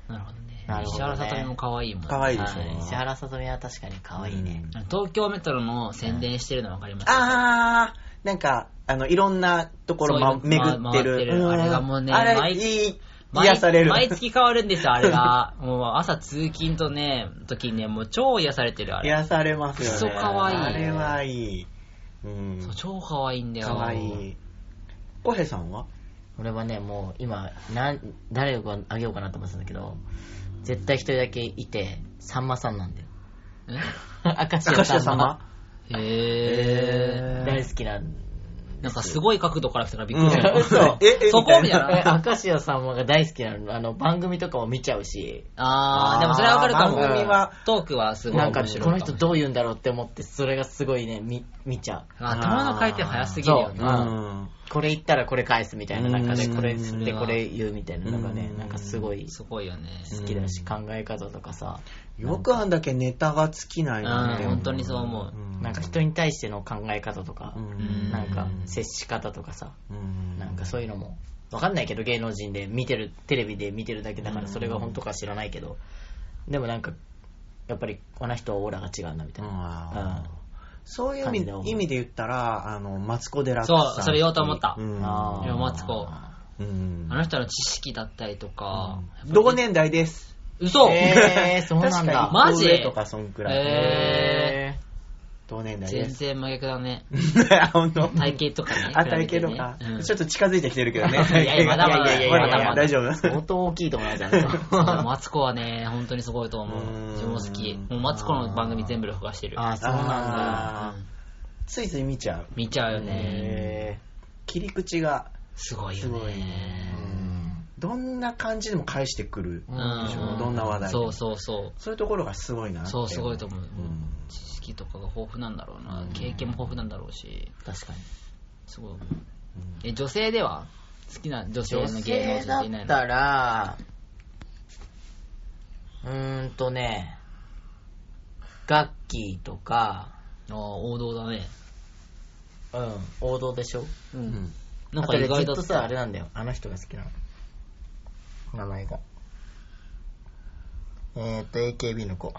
Speaker 3: ー。なるほどね。
Speaker 1: なるほ
Speaker 3: 石
Speaker 1: どね
Speaker 3: 原さとみも可愛いもん。
Speaker 2: 可愛いでしょ
Speaker 1: はい石原さとみは確かに可愛いね。
Speaker 3: 東京メトロの宣伝してるの分かります
Speaker 2: あー、なんか、あの、いろんなところ、ま、
Speaker 3: そうい
Speaker 2: 巡
Speaker 3: うま
Speaker 2: ってる。
Speaker 3: 回ってる
Speaker 2: うん
Speaker 3: あれがもうね
Speaker 2: あれ、
Speaker 3: 毎
Speaker 2: いい、
Speaker 3: 毎
Speaker 2: 癒される。
Speaker 3: 毎月変わるんですよ、あれが。もう朝通勤とね、時にね、もう超癒されてる、あれ。
Speaker 2: 癒されますよね。
Speaker 3: クソ可愛い
Speaker 2: あれはいい。うん
Speaker 3: そう。超可愛いんだよ。
Speaker 2: 可愛い。浩平さんは
Speaker 1: 俺はね、もう今、なん誰をあげようかなと思ってたんだけど、絶対一人だけいて、さんまさんなんだよ。
Speaker 3: え
Speaker 1: 明石
Speaker 2: 明
Speaker 1: 家
Speaker 2: 石
Speaker 1: さ
Speaker 2: 家さ
Speaker 1: ん
Speaker 2: ん
Speaker 1: ま
Speaker 2: は。
Speaker 3: へー。
Speaker 1: 大好きな
Speaker 3: なんかすごい角度から来たからびっくりした。
Speaker 2: うん
Speaker 1: 嘘
Speaker 2: ええ
Speaker 3: そこみたい
Speaker 1: え
Speaker 3: な。
Speaker 1: 明石家さんまが大好きなのあの番組とかも見ちゃうし
Speaker 3: あー、でもそれはわかるかも。
Speaker 1: 番組
Speaker 2: は
Speaker 3: トークはすごい
Speaker 1: なんか
Speaker 3: 面白い
Speaker 1: こ
Speaker 3: も
Speaker 1: の人どう言うんだろうって思ってそれがすごいね見見ちゃう
Speaker 3: あ頭の回転早すぎるよ
Speaker 1: う
Speaker 3: ね
Speaker 1: ん。これ言ったらこれ返すみたいな中で
Speaker 2: うん
Speaker 1: これ言
Speaker 2: そ
Speaker 1: っ
Speaker 3: れ
Speaker 1: て
Speaker 3: は
Speaker 1: これ言うみたいなのがね
Speaker 2: うん
Speaker 1: なんかすごい
Speaker 3: すごいよね。
Speaker 1: 好きだし考え方とかさ
Speaker 2: よくあんだけネタが尽きないなって
Speaker 3: うん本当にそう思う
Speaker 1: なんか人に対しての考え方とか
Speaker 2: うん
Speaker 1: なんか接し方とかさ
Speaker 2: うん
Speaker 1: なんかそういうのもわかんないけど芸能人で見てるテレビで見てるだけだか
Speaker 2: うん
Speaker 1: らそれが本当か知らないけどでもなんかやっぱりこの人はオーラが違うんだみたいな
Speaker 2: あーそういう意味意味で言ったら、あの、マツコ・デラックスさん。
Speaker 3: そうそれ言おうと思った
Speaker 2: うん
Speaker 1: うんあー
Speaker 3: いやマツコ
Speaker 2: うん
Speaker 3: あの人の知識だったりとか。
Speaker 2: 同年代です。
Speaker 3: 嘘
Speaker 1: えーそうなん
Speaker 2: 確
Speaker 1: だ
Speaker 2: か
Speaker 3: マジ
Speaker 2: 上とかそんくらい。
Speaker 3: え
Speaker 2: 同年
Speaker 3: ー、
Speaker 2: 代
Speaker 3: 全
Speaker 2: です。
Speaker 3: 然真逆だね。
Speaker 2: 本当
Speaker 3: 体型とかね。
Speaker 2: あ、 体型とか
Speaker 3: 比べてね。
Speaker 2: ちょっと近 づいてきてるけどね。
Speaker 3: いやいやまだまだ
Speaker 2: いやいやいや
Speaker 1: まだまだ
Speaker 2: 大丈夫。
Speaker 1: 相当大きいと思うじ ゃん
Speaker 3: うんそうマツコはね、本当にすごいと思
Speaker 2: う
Speaker 3: う。
Speaker 2: ん
Speaker 3: 自分も好き。もうマツコの番組全部録画してる。
Speaker 1: あーそうなんだ
Speaker 2: あーついつい見ちゃう。
Speaker 3: 見ちゃうよね。
Speaker 2: へー切り口が、
Speaker 3: すごいよ
Speaker 2: すごい
Speaker 3: ね
Speaker 2: ね。どんな感じでも返してくる。でしょどんな話題で
Speaker 3: そ
Speaker 2: も
Speaker 3: うそうそう。
Speaker 2: そういうところがすごいなって
Speaker 3: そう、すごいと思う。
Speaker 2: ん
Speaker 3: 知識とかが豊富なんだろうな
Speaker 2: うん。
Speaker 3: 経験も豊富なんだろうし。
Speaker 1: 確かに
Speaker 3: すごい思う。え、女性では好きな女性の
Speaker 1: 女
Speaker 3: 芸能
Speaker 1: 性
Speaker 3: 人
Speaker 1: だ
Speaker 3: っていない
Speaker 1: っ
Speaker 3: の
Speaker 1: たらうーんとねガッキーとか
Speaker 3: あー王道だね。
Speaker 1: うん王道でしょ
Speaker 3: う。
Speaker 2: うんん
Speaker 3: なんか意
Speaker 1: あと
Speaker 3: 外
Speaker 1: ね
Speaker 3: だ
Speaker 1: ずっ
Speaker 3: っ
Speaker 1: とさあ
Speaker 3: た
Speaker 1: れ。なんだよあの人が好きなの名前がえーと AKB の子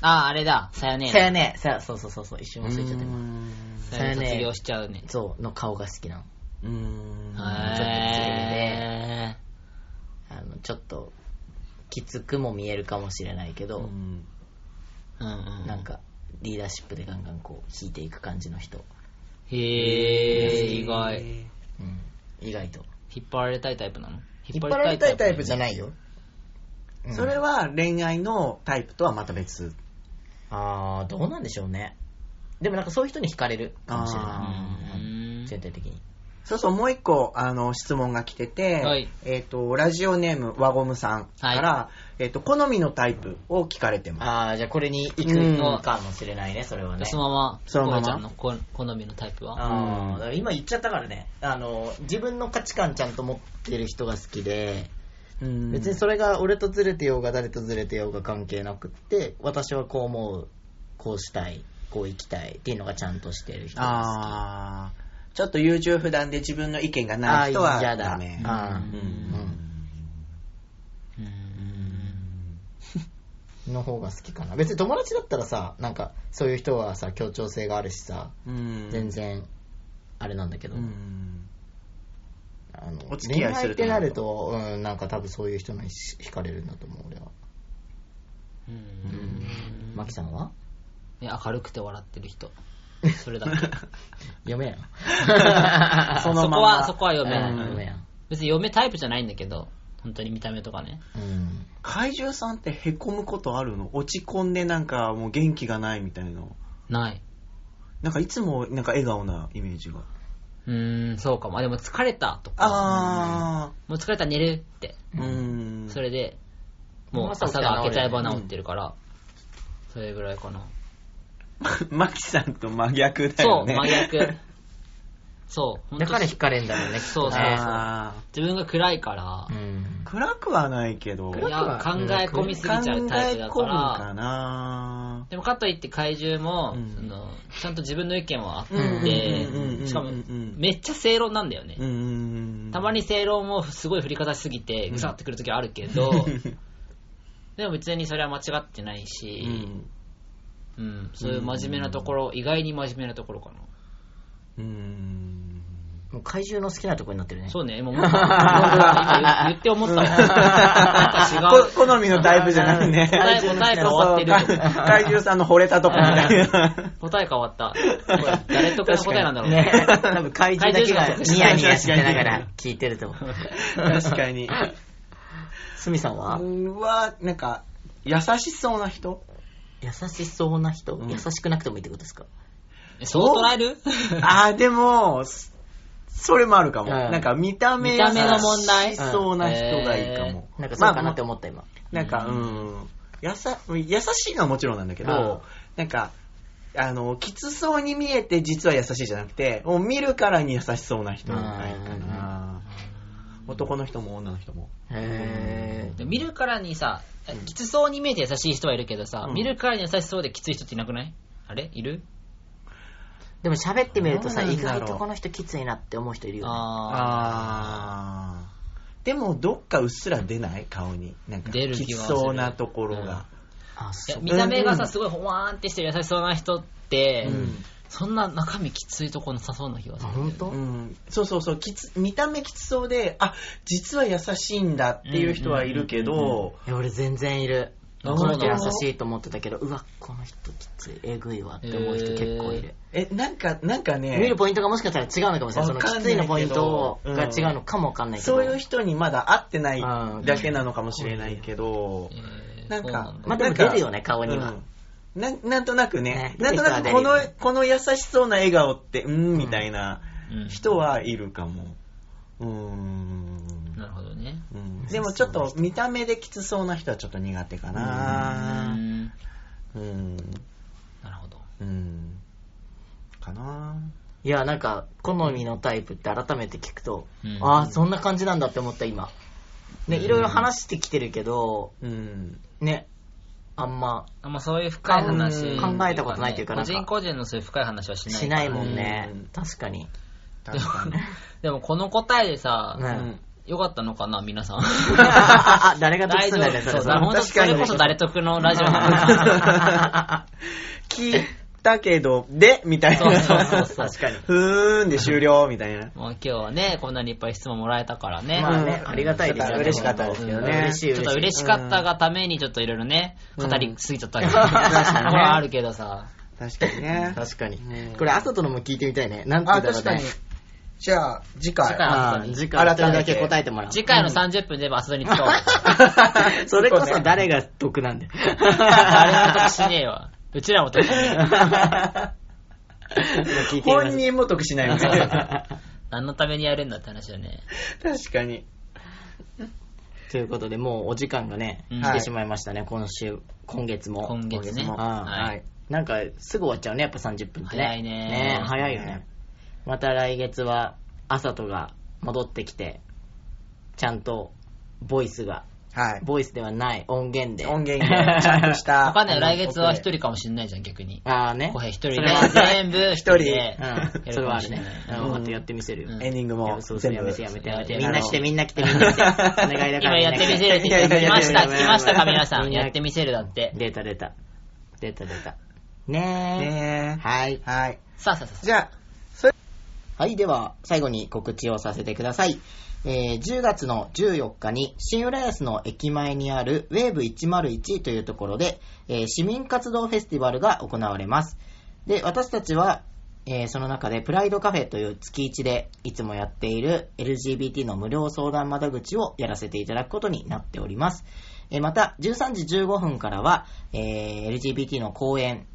Speaker 3: あー、あれだ。さよねえだ。
Speaker 1: さやねさやそうそうそうそう一瞬忘れちゃった
Speaker 2: う
Speaker 1: 今
Speaker 2: ん
Speaker 3: さよねえ卒業しちゃうね。
Speaker 1: そうの顔が好きなの
Speaker 2: うん
Speaker 1: い
Speaker 3: へ
Speaker 1: あのちょっときつくも見えるかもしれないけど、
Speaker 2: うん
Speaker 3: ぇー。うんうん。
Speaker 1: なんかリーダーシップでガンガンこう引いていく感じの人、
Speaker 3: へえ、意
Speaker 1: う
Speaker 3: 外。
Speaker 1: ん、意外と
Speaker 3: 引っ張られたいタイプなの
Speaker 1: 引っ張られたいタイプじゃ
Speaker 3: い。
Speaker 1: ないよ、うん
Speaker 2: それは恋愛のタイプとはまた別
Speaker 1: ああどうなんでしょうねでもなんかそういう人に惹かれるかもしれ
Speaker 3: う
Speaker 1: ないうん
Speaker 3: ん
Speaker 1: 全体的に
Speaker 2: そうそう、もう一個、あの、質問が来てて、
Speaker 3: はい
Speaker 2: えっ、と、ラジオネーム、輪ゴムさんから、えっ、と、好みのタイプを聞かれてます。
Speaker 1: ああじゃあこれに行くのかもしれないねそれはね
Speaker 3: そのまま、
Speaker 2: そのまま
Speaker 3: こえちゃんの好好みのタイプは
Speaker 1: あーだから今言っちゃったからねあの自分の価値観ちゃんと持ってる人が好きで
Speaker 2: うん
Speaker 1: 別にそれが俺とずれてようが誰とずれてようが関係なくって私はこう思うこうしたいこう生きたいっていうのがちゃんとしてる人が
Speaker 2: あーちょっと優柔不断で自分の意見が
Speaker 1: 好き
Speaker 2: ない人
Speaker 1: あ
Speaker 2: は
Speaker 1: ー嫌だ
Speaker 2: ダメ。
Speaker 1: あ
Speaker 2: うん
Speaker 3: うん。
Speaker 1: ーの方が好きかな別に友達だったらさなんかそういう人はさ協調性があるしさ
Speaker 2: うん
Speaker 1: 全然あれなんだけど、
Speaker 2: うん
Speaker 1: あの
Speaker 2: お付き合いする
Speaker 1: 恋愛ってなると、うん、なんか多分そういう人に惹かれるんだと思う俺は
Speaker 3: うん。
Speaker 1: マキさんは
Speaker 3: ね明るくて笑ってる人。それだけ。
Speaker 1: 読めやん
Speaker 2: その
Speaker 3: そ
Speaker 2: まま
Speaker 3: こは、そこは読め
Speaker 1: うん
Speaker 3: な
Speaker 1: 読め
Speaker 3: い。
Speaker 1: やん
Speaker 3: 別に嫁タイプじゃないんだけど、本当に見た目とかね。
Speaker 1: うん
Speaker 2: 怪獣さんってへこむことあるの落ち込んでなんかもう元気がないみたいな。
Speaker 3: ない。
Speaker 2: なんかいつもなんか笑顔なイメージが。
Speaker 3: うーん、そうかも。あ、でも疲れたとか。
Speaker 2: あ
Speaker 3: もう疲れた寝るって。
Speaker 2: ー。うん。
Speaker 3: それで、もう
Speaker 1: 朝
Speaker 3: 朝
Speaker 1: 起きたら
Speaker 3: が明けちゃえば
Speaker 1: 治るよ
Speaker 3: 治
Speaker 1: ね
Speaker 3: ってるから、それぐらいかな。
Speaker 2: マキさんと真逆だ
Speaker 3: そ
Speaker 2: よ
Speaker 3: う、
Speaker 2: ね。
Speaker 3: 真逆。 そう、本当
Speaker 1: だから惹かれんだろうね
Speaker 3: そうそうそう。
Speaker 2: あ
Speaker 3: 自分が暗いから、
Speaker 2: ー暗くはないけど、
Speaker 1: 暗
Speaker 3: い
Speaker 1: く
Speaker 2: 考
Speaker 3: や
Speaker 1: は
Speaker 3: 考え込み
Speaker 2: え
Speaker 3: すぎちゃうタイプだ
Speaker 2: 込
Speaker 3: か、
Speaker 2: むからな
Speaker 3: でもかといって怪獣も、
Speaker 2: うん
Speaker 3: そのちゃんと自分の意見はあっ
Speaker 1: うん
Speaker 2: うんうん
Speaker 3: て、しかも
Speaker 2: うん
Speaker 3: めっちゃ正論なんだよね。
Speaker 2: うん
Speaker 3: たまに正論もすごい振り方しすぎて、ぐさってくるときはあるけど、 でも別にそれは間違ってないし、うん、そういう真面目なところ、意外に真面目なところかな。
Speaker 2: うん
Speaker 1: もう怪獣の好きなとこになってるね。
Speaker 3: そうね、今思った。今言って思ったわ。なんか違う。
Speaker 2: こ好みのタイプじゃないね
Speaker 3: 答え答 え変わってる
Speaker 2: そうそう怪獣さんの惚れたとこみたいな
Speaker 3: 答え変わった。誰得な答えなんだろう
Speaker 1: ね
Speaker 3: ね。。
Speaker 1: 多分怪獣だけがニヤニヤして ながら聞いてると思う。
Speaker 2: 確かに
Speaker 1: スミさんは
Speaker 2: うわなんか優しそうな人
Speaker 1: 優しそうな人
Speaker 2: うん
Speaker 1: 優しくなくてもいいってことですか
Speaker 3: そう捉える
Speaker 2: ああでもそれもあるかも。
Speaker 1: うん
Speaker 2: なんか見た目
Speaker 3: 見た目の問題
Speaker 2: 優しそうな人がいいかも。
Speaker 1: なんかそうかなって
Speaker 2: まあ
Speaker 1: 思った今。
Speaker 2: なんか、うん。やさ、優しいのはもちろんなんだけ
Speaker 1: うん
Speaker 2: ど、なんか、あの、きつそうに見えて実は優しいじゃなくて、もう見るからに優しそうな人がいいかな。男の人も女の人も。
Speaker 1: へ
Speaker 3: で見るからにさ、きつそうに見えて優しい人はいるけどさ、
Speaker 2: うん
Speaker 3: 見るからに優しそうできつい人っていなくないあれいる
Speaker 1: でも喋ってみるとさ、
Speaker 2: どうなん
Speaker 1: 意
Speaker 2: だろう
Speaker 1: 外とこの人きついなって思う人いるよ、ね。
Speaker 3: あ
Speaker 2: あー。でも、どっかうっすら出ない顔に。なんか、
Speaker 3: 出る
Speaker 2: き
Speaker 3: 気
Speaker 2: つ
Speaker 3: はする
Speaker 2: そうなところが。
Speaker 1: あ、
Speaker 3: ーい
Speaker 1: そ
Speaker 3: や
Speaker 1: う。
Speaker 3: 見た目が
Speaker 2: う
Speaker 3: さ、
Speaker 2: ん
Speaker 3: すごいほわーんってしてる優しそうな人って、
Speaker 2: うん
Speaker 3: そんな中身きついとこなさそうな気がす
Speaker 1: あ、
Speaker 3: る。
Speaker 1: 本当、
Speaker 2: うん、そうそうそうきつ見た目きつそうであ実は優しいんだっていう人はいるけ
Speaker 3: うんうんう
Speaker 2: ど
Speaker 1: いや俺全然いる。
Speaker 3: あ
Speaker 1: この人
Speaker 3: そ
Speaker 1: 優
Speaker 3: うなの
Speaker 1: しいと思ってたけど、うわ、この人きつい、えぐいわって思う人結構いる。
Speaker 2: えなんかなんかね
Speaker 1: 見るポイントがもしかしたら違うのかもしれない。その
Speaker 2: わかん
Speaker 1: き
Speaker 2: ない
Speaker 1: ついのポイント
Speaker 2: けど
Speaker 1: が違うのかもわかんないけど。
Speaker 2: そういう人にまだ会ってない
Speaker 1: うん
Speaker 2: だけなのかもしれないけど
Speaker 3: え、ー
Speaker 2: なん
Speaker 3: そう
Speaker 2: か
Speaker 3: だ
Speaker 1: まあでも出るよね顔には
Speaker 2: うんなんなんとなくね
Speaker 1: ね
Speaker 2: なんとなくこのこの優しそうな笑顔ってうんみたいな
Speaker 3: うん
Speaker 2: 人はいるかもうん
Speaker 3: なるほどね。
Speaker 2: うんでもちょっと見た目できつそうな人はちょっと苦手かな
Speaker 3: うん
Speaker 2: うん
Speaker 3: なるほど。
Speaker 2: うんかない
Speaker 1: や、なんか、好みのタイプって改めて聞くと、
Speaker 3: うん
Speaker 1: ああ、そんな感じなんだって思った、今。ね、いろいろ話してきてるけど、
Speaker 2: うん
Speaker 1: ね、あんま、
Speaker 3: あんまそういう深い話。
Speaker 2: うん
Speaker 1: 考えたことないというか
Speaker 3: 個
Speaker 1: なんか
Speaker 3: 人個人のそういう深い話はしない。
Speaker 1: しないもんね
Speaker 2: うん。
Speaker 1: 確かに。
Speaker 2: 確かに
Speaker 3: でもこの答えでさ、
Speaker 1: ね
Speaker 2: うん
Speaker 3: よかったのかな、皆さん。
Speaker 1: あ、誰が得
Speaker 3: 大
Speaker 1: す
Speaker 3: 丈
Speaker 1: んだ
Speaker 3: 夫
Speaker 1: よね、そ
Speaker 3: そ
Speaker 1: れ
Speaker 3: う
Speaker 1: さ
Speaker 3: だ、本当
Speaker 2: 確か
Speaker 3: そ
Speaker 2: に
Speaker 3: れこそ誰得のラジオの話。
Speaker 2: 聞いたけど、で、みたいな。
Speaker 3: そうそうそう
Speaker 1: 確かに
Speaker 2: ふーんで終了、みたいな。
Speaker 3: もう今日はね、こんなにいっぱい質問もらえたからね。
Speaker 1: まあね、
Speaker 2: うん
Speaker 1: ありがたいですよね。
Speaker 2: 嬉しかったですけどね
Speaker 1: うん嬉しい、
Speaker 3: ちょっ
Speaker 1: 嬉し
Speaker 3: と
Speaker 1: い。
Speaker 3: 嬉しかったがためにちょっといろいろね、
Speaker 2: うん
Speaker 3: 語りすぎちゃったけど、
Speaker 2: 確かにね
Speaker 3: ほらあるけどさ、
Speaker 2: 確かにね。
Speaker 1: 確かに
Speaker 2: うん。
Speaker 1: これ、朝とのも聞いてみたいね。なんて言
Speaker 2: あ、
Speaker 1: うんだろう
Speaker 2: 確か
Speaker 1: ね
Speaker 2: に。。じゃあ、次回。
Speaker 3: 次回
Speaker 1: あー次回、一人だけ答えてもらおう。
Speaker 3: 次回の30分でも遊びに使おう。
Speaker 1: それこそ誰が得なんだよ。
Speaker 3: 誰も 得しねえわ。うちらも得しねえわ。
Speaker 1: 聞いてみます
Speaker 2: 本人も得しないみたいな。
Speaker 3: 何のためにやるんだって話だね。
Speaker 2: 確かに。
Speaker 1: ということで、もうお時間がね、
Speaker 3: うん
Speaker 1: 来てしまいましたね、今週、今月も。
Speaker 3: 今月ね
Speaker 1: も
Speaker 3: はい
Speaker 1: はい。なんか、すぐ終わっちゃうね、やっぱ30分ってね。
Speaker 3: 早いね
Speaker 1: ね早いよね。また来月は、朝とが戻ってきて、ちゃんと、ボイスが、
Speaker 2: はい。
Speaker 1: ボイスではない音源で。
Speaker 2: 音 源がちゃんとした。
Speaker 3: わかんないよ、来月は一
Speaker 2: 人。
Speaker 3: 人かもしんないじゃん、逆に。
Speaker 1: ああね。
Speaker 3: 小平一人
Speaker 1: そ
Speaker 3: で
Speaker 1: れは、
Speaker 3: 全部一人 で
Speaker 1: う。ん、
Speaker 3: や
Speaker 1: そ
Speaker 3: る
Speaker 1: れ
Speaker 3: か
Speaker 1: は
Speaker 3: も
Speaker 1: あ
Speaker 3: し
Speaker 1: る
Speaker 3: れ
Speaker 1: ね
Speaker 3: ない。。
Speaker 1: うん、またやってみせるよ。
Speaker 3: うん
Speaker 2: エンディング
Speaker 1: いや
Speaker 2: も
Speaker 1: そうそう、
Speaker 2: 全
Speaker 1: や
Speaker 2: 部
Speaker 1: め。てやめてやめて。
Speaker 3: うん
Speaker 1: みんなしてみんな来てみんな 来て。お願いだからみ
Speaker 3: 今
Speaker 1: ん
Speaker 3: や
Speaker 1: な来て。
Speaker 3: ってみせるって言って、来ました、来ましたか、皆さん。やってみせるだって。
Speaker 1: 出た出た。出た出た。ねえ。
Speaker 2: ね
Speaker 1: はい
Speaker 2: え。。はい。
Speaker 3: さあさあさあ。
Speaker 2: じゃあ、
Speaker 1: はい、では、最後に告知をさせてください。えー10月の14日に、新浦安の駅前にある Wave101 というところで、えー市民活動フェスティバルが行われます。で、私たちは、えーその中で、プライドカフェという月1でいつもやっている LGBT の無料相談窓口をやらせていただくことになっております。えーまた、13時15分からは、えー LGBT の講演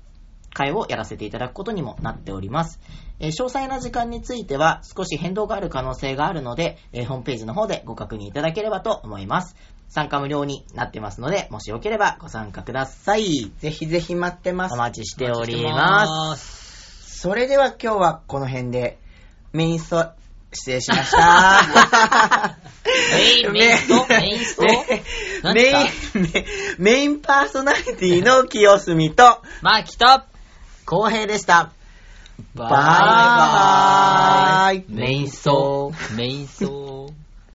Speaker 1: 会をやらせていただくことにもなっております。えー詳細な時間については少し変動がある可能性があるので、えーホームページの方でご確認いただければと思います。参加無料になってますので、もしよければご参加ください。
Speaker 2: ぜひぜひ待ってます
Speaker 1: お。待ちしております。
Speaker 3: す。
Speaker 2: それでは今日はこの辺で、メインスト、失礼しました。
Speaker 3: メイン、メインストメインスト何
Speaker 2: メイ
Speaker 3: だ
Speaker 2: ン、メインメインパーソナリティの清澄と、
Speaker 3: マーキと、バ
Speaker 1: 公平でした。
Speaker 3: イ
Speaker 2: バイバイ
Speaker 1: メインソー。
Speaker 3: メインソー。